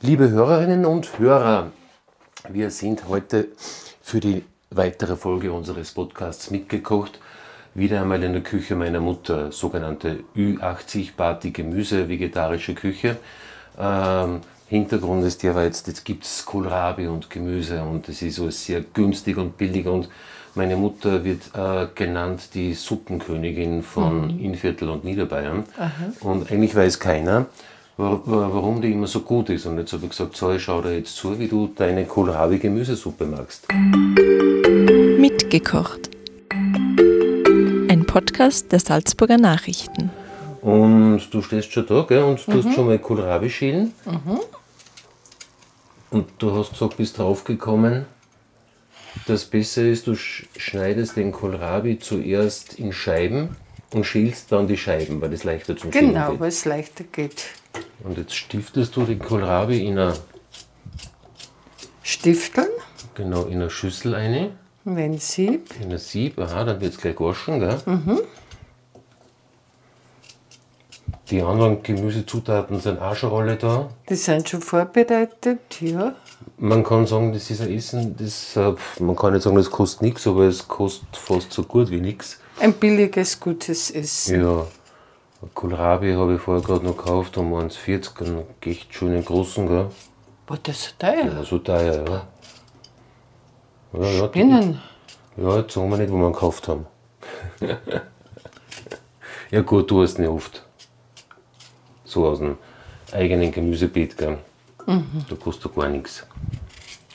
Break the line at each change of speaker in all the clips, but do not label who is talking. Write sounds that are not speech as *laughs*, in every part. Liebe Hörerinnen und Hörer, wir sind heute für die weitere Folge unseres Podcasts mitgekocht. Wieder einmal in der Küche meiner Mutter, sogenannte Ü80-Party Gemüse, vegetarische Küche. Ähm, Hintergrund ist ja, weil jetzt, jetzt gibt es Kohlrabi und Gemüse und es ist alles sehr günstig und billig und meine Mutter wird äh, genannt die Suppenkönigin von Innviertel und Niederbayern und eigentlich weiß keiner, wa- wa- warum die immer so gut ist und jetzt habe ich gesagt, so, ich schau dir jetzt zu, wie du deine Kohlrabi-Gemüsesuppe magst.
Mitgekocht. Ein Podcast der Salzburger Nachrichten.
Und du stehst schon da gell, und tust schon mal Kohlrabi schälen. Und du hast gesagt, bist draufgekommen, das Beste ist, du sch- schneidest den Kohlrabi zuerst in Scheiben und schälst dann die Scheiben, weil das leichter zum Schälen
Genau,
geht.
weil es leichter geht.
Und jetzt stiftest du den Kohlrabi in einer
Stifteln,
genau, in einer Schüssel eine,
wenn Sieb,
in einer Sieb, aha, dann wird es gleich waschen, gell? Die anderen Gemüsezutaten sind auch schon alle da.
die sind schon vorbereitet, ja.
Man kann sagen, das ist ein Essen, das, äh, pf, man kann nicht sagen, das kostet nichts, aber es kostet fast so gut wie nichts.
Ein billiges, gutes Essen.
Ja, Kohlrabi habe ich vorher gerade noch gekauft um 1,40, einen echt schönen großen, gell?
Boah, das ist teuer.
Ja, so teuer, ja. Ja, ja, die-
Innen,
ja, jetzt sagen wir nicht, wo wir ihn gekauft haben. ja gut, du hast nicht oft. So aus dem eigenen Gemüsebeet, gell? Da kostet gar nichts.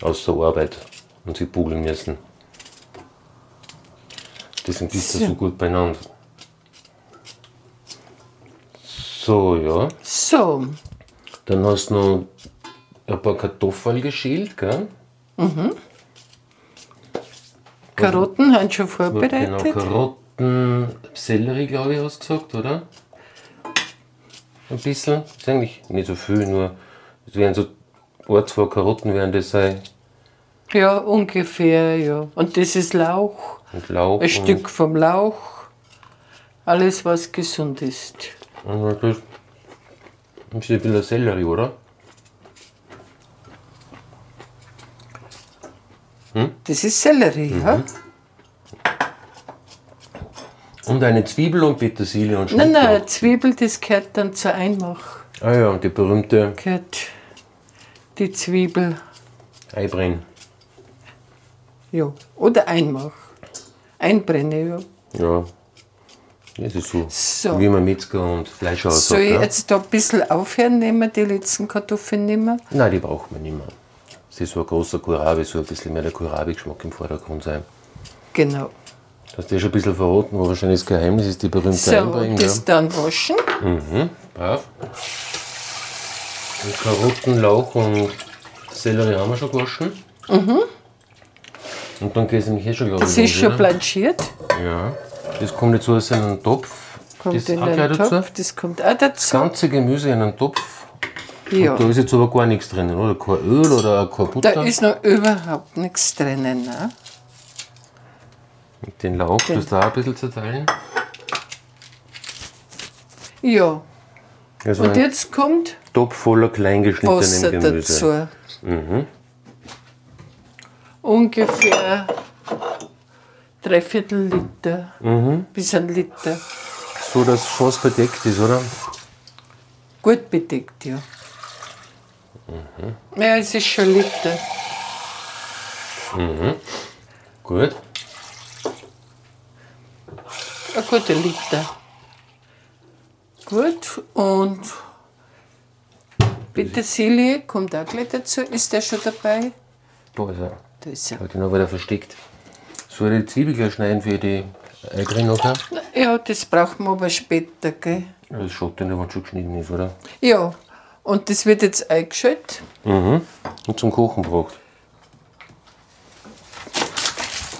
Außer Arbeit und sie bugeln müssen. Deswegen bist du
So.
so gut beieinander. So, ja.
So,
Dann hast du noch ein paar Kartoffeln geschält, gell?
Karotten haben schon
Genau,
vorbereitet.
Karotten, Sellerie, glaube ich, hast du gesagt, oder? Ein bisschen. Ist eigentlich nicht so viel, nur es wären so ein, zwei Karotten wären das sein.
Ja, ungefähr, ja. Und das ist Lauch,
Und Lauch.
ein Stück vom Lauch. Alles, was gesund ist.
Und, und das das ist ein bisschen Sellerie, oder?
Das ist Sellerie,
Mhm.
ja?
Und eine Zwiebel und Petersilie und
Nein, nein,
Schnittlauch.
eine Zwiebel, das gehört dann zur Einmach.
Ah ja, und die berühmte
Gehört die Zwiebel.
Eibrenn.
Ja, oder einmach. Einbrenne, ja.
Ja. Das ist so.
So.
Wie man Metzger und Fleischhauer
Soll
sagt.
ich
ne?
jetzt da ein bisschen aufhören, nehmen, die letzten Kartoffeln nehmen?
Nein, die braucht man nicht mehr. Es ist so ein großer Kohlrabi, so ein bisschen mehr der Kohlrabi-Geschmack im Vordergrund sein.
Genau.
Du hast dir schon ein bisschen verraten, wo wahrscheinlich das Geheimnis ist, die berühmte
So,
Einbringen.
das
Ja.
dann waschen.
Brav. Und Karotten, Lauch und Sellerie haben wir schon gewaschen. Und dann gehst du nämlich eh schon, glaube
Mhm. Das ist schon
oder?
blanchiert.
Ja. Das kommt jetzt so aus einem Topf.
Kommt
das
in
auch gleich
den Topf,
dazu.
das kommt auch
Das
dazu.
ganze Gemüse in einen Topf.
Ja.
Da ist jetzt aber gar nichts drinnen, oder? Kein Öl oder kein Butter.
Da ist noch überhaupt nichts drinnen. Ne?
Den Lauch, das da auch ein bisschen zerteilen.
Ja,
Also
und
ein
jetzt kommt
Topf voller kleingeschnittenem
Wasser
Gemüse.
dazu.
Mhm.
Ungefähr dreiviertel Liter
Mhm.
bis ein Liter.
So, dass fast bedeckt ist, oder?
Gut bedeckt, ja. Ja, es ist schon Liter.
Gut.
Ein guter Liter. Gut, und Petersilie kommt auch gleich dazu. Ist der schon dabei?
Da ist er.
Da ist er.
Hat ihn noch wieder versteckt. Soll ich die Zwiebel gleich schneiden für die äh, Eigrinn nachher?
Ja, das braucht man aber später, gell?
Das schaut ja nicht, wenn es schon geschnitten ist, oder?
Ja, und das wird jetzt eingeschüttet.
Und zum Kochen braucht.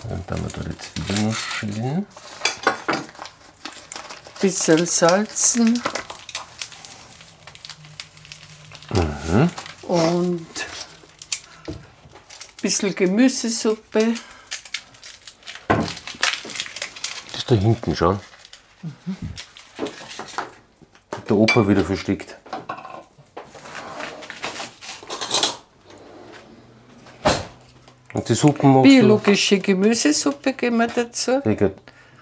Und dann haben wir da die Zwiebeln noch schälen.
Bisschen salzen. Und bisschen Gemüsesuppe.
Das da hinten, Mhm. schau. Der Opa wieder versteckt. Und die Suppen machst du
Biologische Gemüsesuppe geben wir dazu.
Digga,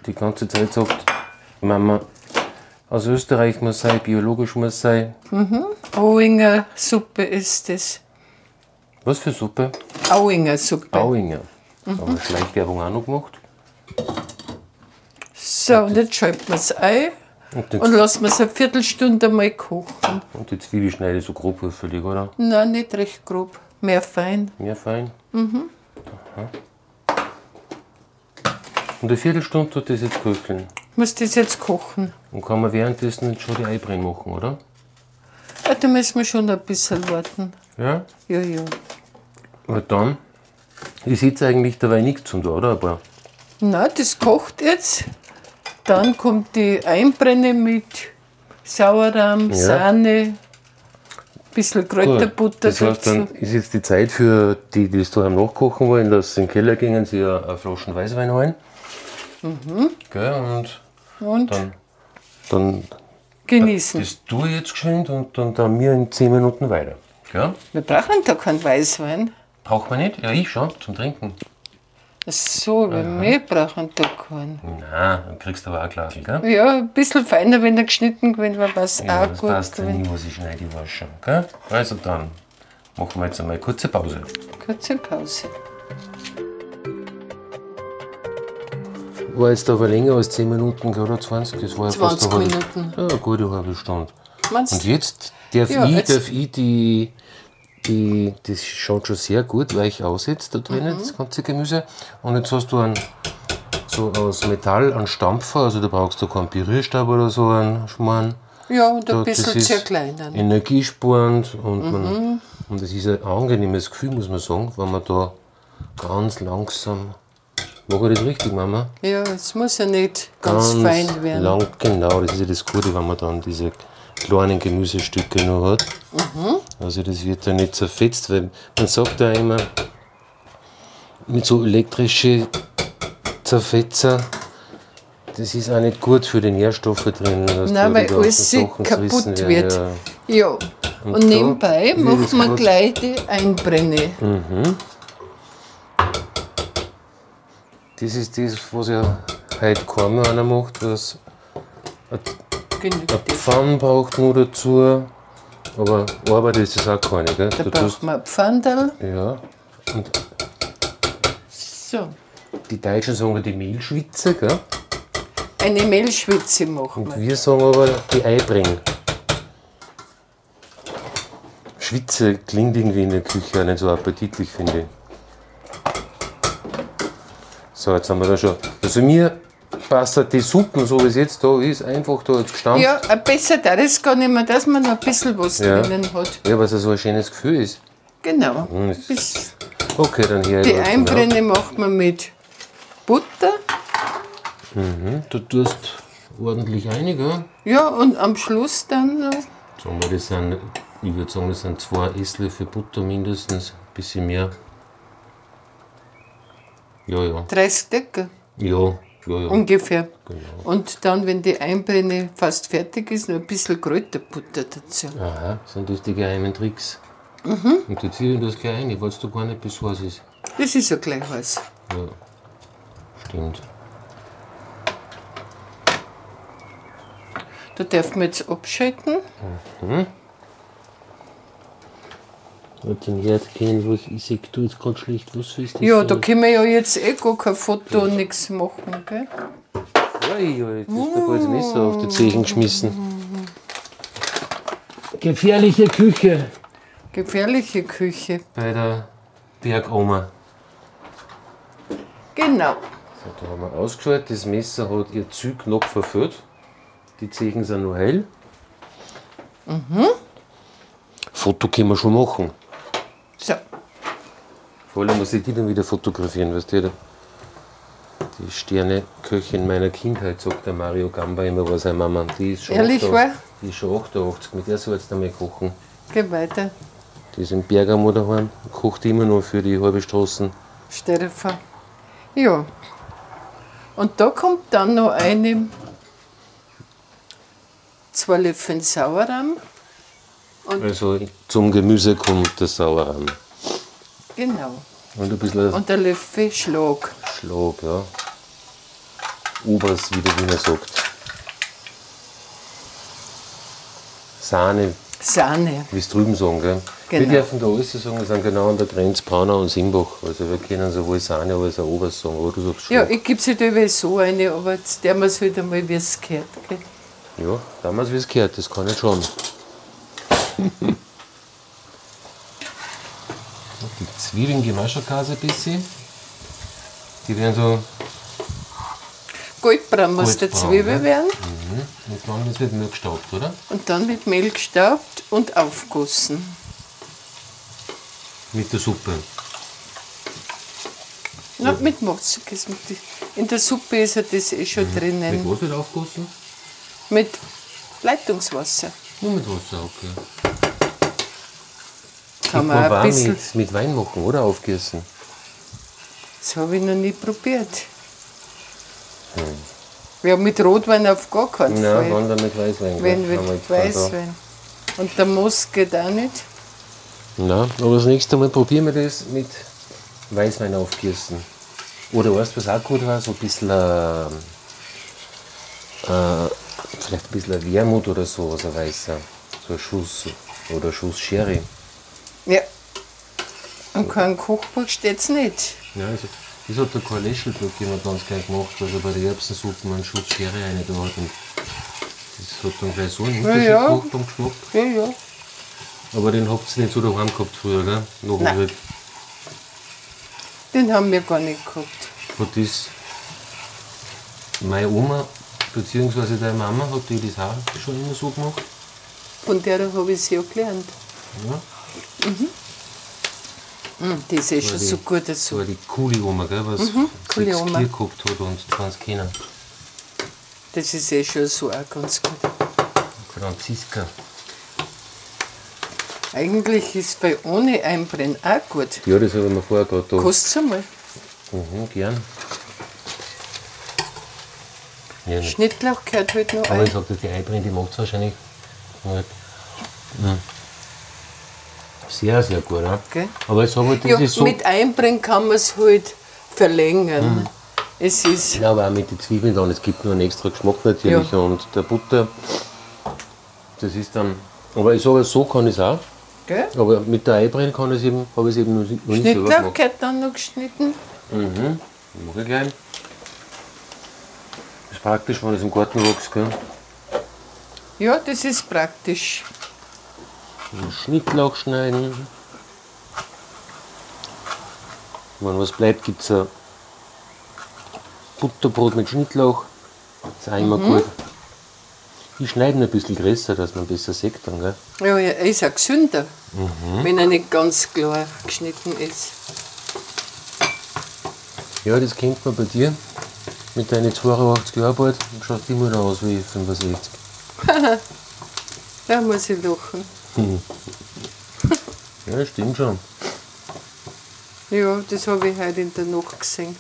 die ganze Zeit sagt Mama, aus Österreich muss sein, biologisch muss sein.
Auinger Suppe ist es.
Was für Suppe?
Auinger Suppe.
Auinger. Haben wir Schleichwerbung auch noch gemacht?
So, und jetzt schalten wir es ein
Und, den,
und lassen wir es eine Viertelstunde mal kochen.
und die Zwiebel schneide ich so grob würfelig, oder?
Nein, nicht recht grob, mehr fein.
Mir fein. Mhm. Und eine Viertelstunde tut das jetzt köcheln.
Ich muss das jetzt kochen.
Und kann man währenddessen jetzt schon die Eibrennen machen, oder?
Ah, Da müssen wir schon ein bisschen warten.
Ja.
Ja, ja.
Und dann ist jetzt eigentlich dabei nichts und da, oder? Aber
Na, das kocht jetzt. Dann kommt die Einbrenne mit Sauerrahm,
Ja.
Sahne, ein bisschen Kräuterbutter
Das heißt,
dazu.
dann ist jetzt die Zeit für die, die es daheim nachkochen wollen, dass sie in den Keller gingen, sie eine eine Flasche Weißwein holen.
Mhm.
Gell, und
Und
dann, dann
genießen.
das du jetzt geschwind und dann da wir in 10 Minuten weiter. Gell?
Wir brauchen da keinen Weißwein.
Braucht man nicht? Ja, ich schon, zum Trinken.
Ach So, weil wir brauchen da keinen.
Na, dann kriegst du aber auch ein Glas, gell?
Ja, ein bisschen feiner, wenn er geschnitten gewesen war, war es
Ja,
auch
das
gut
passt ja
gewesen.
nie, was ich schneide, ich weiß schon. Gell? Also dann machen wir jetzt einmal eine kurze Pause.
Kurze Pause.
War jetzt aber länger als 10 Minuten, oder 20? Das war ja
20
eine halbe-
Minuten.
Ja, eine gute halbe Stunde.
Meinst
Und
du?
jetzt darf,
Ja,
ich,
jetzt-
darf ich die, die, das schaut schon sehr gut weich aus jetzt da drinnen,
Mhm.
das ganze Gemüse. Und jetzt hast du einen, so aus Metall einen Stampfer, also da brauchst du keinen Pürierstab oder so einen Schmarrn.
Ja, und ein
Da- das
bisschen
ist
zerkleinern.
Energiesparend und,
Mhm.
man, und das ist ein angenehmes Gefühl, muss man sagen, wenn man da ganz langsam. Mach ich das richtig, Mama?
Ja, es muss ja nicht ganz, fein werden.
Lang, genau, das ist ja das Gute, wenn man dann diese kleinen Gemüsestücke noch hat.
Mhm.
Also das wird dann nicht zerfetzt, weil man sagt ja immer, mit so elektrischen Zerfetzer, das ist auch nicht gut für die Nährstoffe drin. dass da
Nein,
die
weil
ganzen
alles sich
Sachen zerrissen
kaputt
werden,
wird.
ja.
Ja. Und,
da
nebenbei
wird es
machen wir
gut.
gleich die Einbrenne.
Das ist das, was ja heute kaum noch einer macht, was
Genügt das.
Pfanne braucht nur dazu, aber Arbeit ist das auch keine, gell?
Da
Du tust-
brauchen wir ein Pfandal.
ja, und
So.
Die Deutschen sagen die Mehlschwitze, gell?
Eine Mehlschwitze machen
Und
wir.
wir sagen aber die Eibring. Schwitze klingt irgendwie in der Küche auch nicht so appetitlich, finde ich. So, jetzt haben wir da schon. Also mir passt halt die Suppen, so wie es jetzt da ist, einfach da jetzt gestampft.
Ja, ein besser da ist gar nicht mehr, dass man noch ein bisschen was
Ja.
drinnen hat.
Ja, was ja so ein schönes Gefühl ist.
Genau.
das-
Bis
Okay, dann hier.
die Einbrenne machen wir mit Butter.
Du tust ordentlich rein, gell?
Ja, und am Schluss dann noch
Sagen wir, das sind, ich würde sagen, das sind zwei Esslöffel Butter mindestens, ein bisschen mehr. Ja, ja.
drei Stecker
Ja, ja, ja.
ungefähr. Und dann, wenn die Einbrenne fast fertig ist, noch ein bisschen Kräuterbutter dazu.
Aha, sind das die geheimen Tricks.
Mhm.
Und die ziehen das gleich ein, ich weiß du gar nicht, bis was ist.
Das ist ja gleich was.
Ja, stimmt.
Da dürfen wir jetzt abschalten.
Und den Herd kennen, wo ich, ich sehe, du jetzt gerade schlecht, was ist das?
Ja, da können wir ja jetzt eh gar kein Foto und nichts machen. Gell?
Ui, ui, jetzt ist dabei das Messer auf die Zehen geschmissen.
Mhm.
Gefährliche Küche.
Gefährliche Küche.
Bei der Bergoma.
Genau.
So, da haben wir ausgeschaut, das Messer hat ihr Zug noch verführt. Die Zehen sind noch heil. Mhm. Foto können wir schon machen.
So.
Vor allem muss ich die dann wieder fotografieren, weißt du? Die Sterneköchin meiner Kindheit, sagt der Mario Gamba immer, war seine Mama. Die ist schon
Ehrlich,
88,
wahr?
Die ist schon 88, mit der soll jetzt einmal kochen.
Geh weiter.
Die ist in Bergamo daheim, kocht immer nur für die halbe Straßen.
Stell dir vor. Ja. Und da kommt dann noch eine, zwei Löffel Sauerrahm.
Also zum Gemüse kommt der Sauerrahm.
Genau.
Und ein bisschen
und ein Löffel Schlag.
Schlag, ja. Obers, wie der Wiener sagt. Sahne,
Sahne.
wie es drüben sagen, gell?
Genau.
Wir dürfen da alles so sagen, wir sind genau an der Grenze Braunau und Simbach. Also wir können sowohl Sahne als auch Obers sagen, oder du sagst
Ja,
Schlag.
ich gebe sie dir so eine, aber jetzt der es halt einmal, wie es gehört. Gell?
Ja, damals wie es gehört, das kann ich
*laughs*
schon. die Zwiebeln gehen auch schon quasi ein bisschen. Die werden so
Goldbraun muss der
Goldbraun,
Zwiebel
ne?
werden
Jetzt machen wir das mit Milch gestaubt, oder?
und dann mit Mehl gestaubt und aufgossen.
Mit der Suppe.
Na, mit Mozziges. Mit die- in der Suppe ist ja das eh schon drinnen.
Mhm. Mit was wird aufgegossen?
mit Leitungswasser.
Nur mit Wasser, okay.
Kann man auch ein bisschen.
mit, mit Wein machen, oder? Aufgegessen.
Das habe ich noch nie probiert. Ja, mit Rotwein auf gar keinen
Na,
Fall.
wenn dann mit Weißwein.
Wenn
gell?
wir
Haben wir jetzt da.
Weißwein. Und der Most geht auch nicht.
Na, aber das nächste Mal probieren wir das mit Weißwein aufgegessen. Oder weißt du, was auch gut war? So ein bisschen, ähm, äh, vielleicht ein bisschen ein Wermut oder so, also weißer. So ein Schuss. Oder ein Schuss Sherry.
Ja. Und kein Kochbuch steht es nicht.
Ja, also, das hat der Karl Eschelblock immer ganz gleich gemacht, weil er bei der Erbsensuppe einen Schuss Schere rein da hat. Und das hat dann gleich so einen Unterschied
ja.
gemacht am Geschmack.
Ja, ja.
Aber den habt ihr nicht so daheim gehabt früher, gell? Nach dem
Nein.
Krieg.
Den haben wir gar nicht gehabt.
Hat das meine Oma, beziehungsweise deine Mama, hat die das auch schon immer so gemacht?
Von der habe ich es ja gelernt.
Ja.
Hm, Die ist eh schon
die-
so gut als
Das
so.
war die coole Oma, gell? Was
Mhm, coole
sechs
Oma.
Bier gehabt hat und 20 Kinder.
Das ist eh schon so auch ganz gut.
Franziska.
Eigentlich ist bei ohne Einbrennen auch gut.
Ja, das habe ich mir vorher gerade gedacht.
Kostet's einmal.
Mhm, gern. Ja, nicht.
Schnittlauch gehört heute noch
Aber ich
ein.
sag dir, die Eibrin, die macht es wahrscheinlich. Halt. Mhm. Sehr, sehr gut. Ne?
Gell?
Aber ich sag halt, das
Ja,
ist so.
Mit Einbrennen kann man es halt verlängern. Es ist,
Hm. Ja, aber auch mit den Zwiebeln dann. Es gibt nur einen extra Geschmack natürlich
Ja.
und der Butter. Das ist dann. Aber ich sage, so kann ich es auch.
gell?
Aber mit der Eibrin kann ich eben, habe ich es eben noch nicht noch nicht selber
Schnittlauch
gemacht.
gehört dann noch geschnitten.
Mhm. Mach ich gleich. Das ist praktisch, wenn es im Garten wächst. Gell?
Ja, das ist praktisch.
Den Schnittlauch schneiden. Wenn was bleibt, gibt es ein Butterbrot mit Schnittlauch. Das ist auch immer gut. Die schneiden ein bisschen größer, dass man besser sieht dann, gell?
Ja, ja, er ist auch gesünder,
Mhm.
wenn er nicht ganz klar geschnitten ist.
Ja, das kennt man bei dir. Mit deinen 82 Jahren bald und schaust immer noch aus wie 65.
Da muss ich lachen.
Ja, das stimmt schon.
Ja, das habe ich heute in der Nacht gesehen.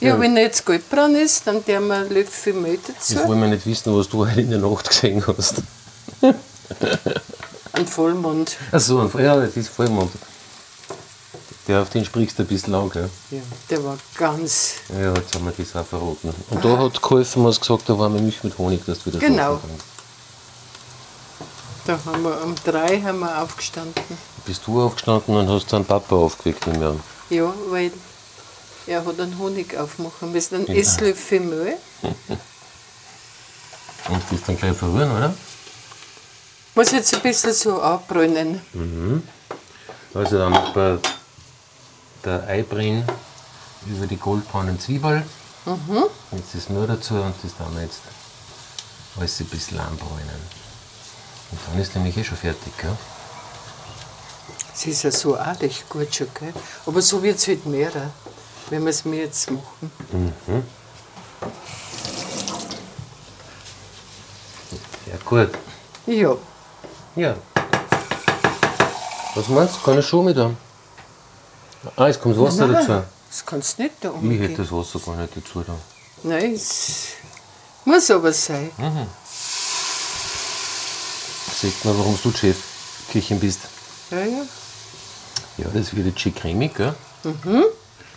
Ja,
Ja.
wenn er jetzt goldbraun ist, dann der wir einen Löffel Mehl dazu.
Jetzt wollen wir nicht wissen, was du heute in der Nacht gesehen hast.
Ein Vollmond.
Achso, ja, das ist Vollmond. Der auf den sprichst du ein bisschen an, gell?
Ja, der war ganz.
Ja, jetzt haben wir das auch verraten. Und da hat geholfen, was gesagt, da war mir Milch mit Honig, dass du wieder
Genau.
schlafen kannst.
Da haben wir um drei haben wir aufgestanden.
Bist du aufgestanden und hast deinen Papa aufgeweckt im Jahr.
Ja, weil er hat einen Honig aufmachen müssen.
Genau.
Einen Esslöffel Mehl.
Und bist dann gleich verrühren, oder?
Muss jetzt ein bisschen so abbrennen.
Also dann macht man der Eibrin über die goldbraunen Zwiebel. Jetzt das Mehl dazu und das dann jetzt alles ein bisschen anbräunen. Und dann ist nämlich eh schon fertig, gell?
Es ist ja so auch recht gut schon, gell? Aber so wird es halt mehrer, wenn wir es mir jetzt machen.
Ja gut.
Ja,
Ja. Was meinst du? Kann ich schon mit haben? Ah, jetzt kommt Wasser
Nein.
dazu.
das kannst du nicht da
Ich
umgehen.
hätte das Wasser gar nicht dazu da.
Nein, es muss aber sein.
Hm? Sieht man, warum du Chef Küchen bist.
Ja, ja.
Ja, das wird jetzt schön cremig, gell?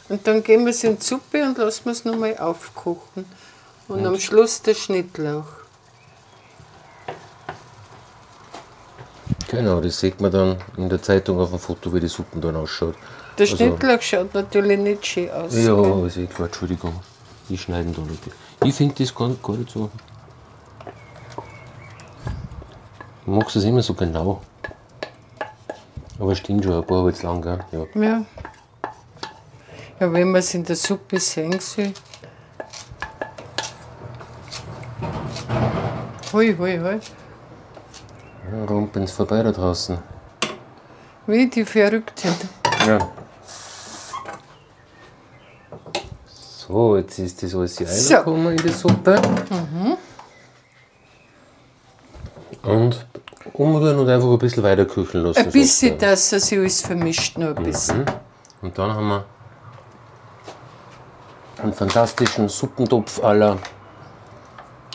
Und dann geben wir es in die Suppe und lassen wir es nochmal aufkochen. Und, am Schluss der Schnittlauch.
Genau, das sieht man dann in der Zeitung auf dem Foto, wie die Suppen dann ausschaut. Also,
Der Schnittlauch schaut natürlich nicht schön aus.
Ja, also ich glaube, Entschuldigung. Die schneiden da nicht. Ich finde das gar, gar nicht so. Du machst das immer so genau. Aber stimmt schon, ein paar jetzt lang, gell? Ja.
Ja. Ja, wenn man es in der Suppe sehen soll. Hui, hui, hui.
ja rumpen's vorbei da draußen.
Wie die Verrückten.
Ja. So, jetzt ist das alles hier
So. Mhm.
reingekommen in die Suppe. Und umrühren und einfach ein bisschen weiter köcheln lassen.
Ein bisschen,
sozusagen.
dass er sich alles vermischt,
Mhm.
noch ein bisschen.
Und dann haben wir einen fantastischen Suppentopf aller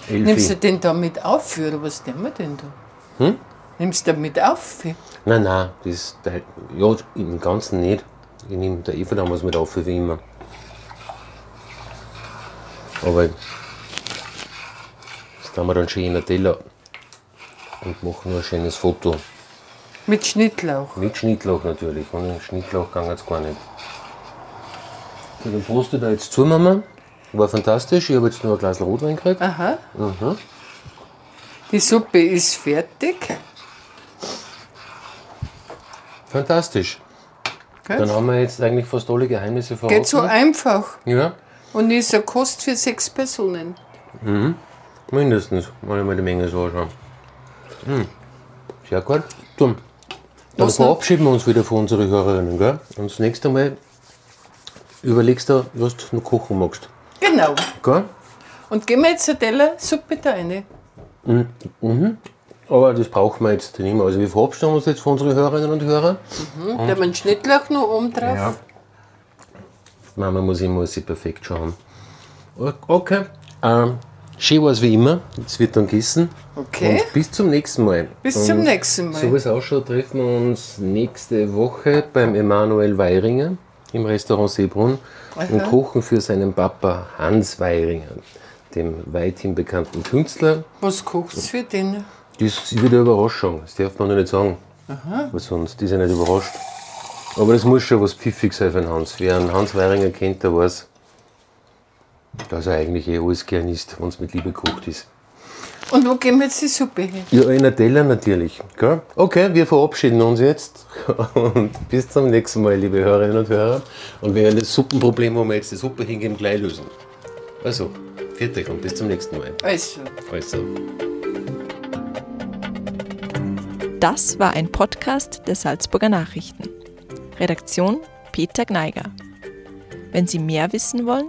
Nimmst du
Elfi.
den da mit auf, oder was nehmen wir denn da?
Hm?
Nimmst du den mit auf?
Nein, nein, das Teil, ja, im Ganzen nicht. Ich nehme der Eva damals mit auf, wie immer. Aber das haben wir dann schön in der Teller und machen ein schönes Foto.
Mit Schnittlauch.
Mit Schnittlauch natürlich. Ohne Schnittlauch ging jetzt gar nicht. So, dann proste da jetzt zu, Mama. War fantastisch. Ich habe jetzt nur ein Glas Rotwein gekriegt.
Aha.
Mhm.
Die Suppe ist fertig.
Fantastisch. Dann
Gell?
haben wir jetzt eigentlich fast alle Geheimnisse verraten.
Geht so einfach.
Ja,
Und ist eine Kost für sechs Personen.
mindestens, wenn ich mir die Menge so anschaue. Hm. Sehr gut. Dann, dann
Was noch?
verabschieden wir uns wieder von unseren Hörerinnen. Gell? Und das nächste Mal überlegst du, was du noch kochen magst.
Genau.
Gell?
Und gehen wir jetzt eine Teller Suppe da rein. ne?
Aber das brauchen wir jetzt nicht mehr. Also wir verabschieden uns jetzt von unseren Hörerinnen und Hörern.
Hm? Da haben wir einen Schnittlauch noch oben drauf.
Ja. Mama muss immer sie perfekt schauen. Okay. Ähm, schön war es wie immer. Jetzt wird dann gegessen.
Okay.
Und bis zum nächsten Mal.
Bis zum
Und
nächsten Mal.
So wie es ausschaut, treffen wir uns nächste Woche beim Emanuel Weiringer im Restaurant Seebrunn und
Aha.
kochen für seinen Papa Hans Weiringer, dem weithin bekannten Künstler.
Was kocht es für den?
Das ist wieder eine Überraschung, das darf man noch nicht sagen. Weil sonst ist er nicht überrascht. Aber das muss schon was pfiffig sein für den Hans. Wer einen Hans Weiringer kennt, der weiß, dass er eigentlich eh alles gern isst, wenn es mit Liebe gekocht ist.
Und wo geben wir jetzt die Suppe hin?
Ja, in der Teller natürlich. Gell? Okay, wir verabschieden uns jetzt *laughs* und bis zum nächsten Mal, liebe Hörerinnen und Hörer. Und wir werden das Suppenproblem, wo wir jetzt die Suppe hingeben, gleich lösen. Also, viert euch und bis zum nächsten Mal.
Also.
Also.
Das war ein Podcast der Salzburger Nachrichten. Redaktion Peter Gneiger. Wenn Sie mehr wissen wollen,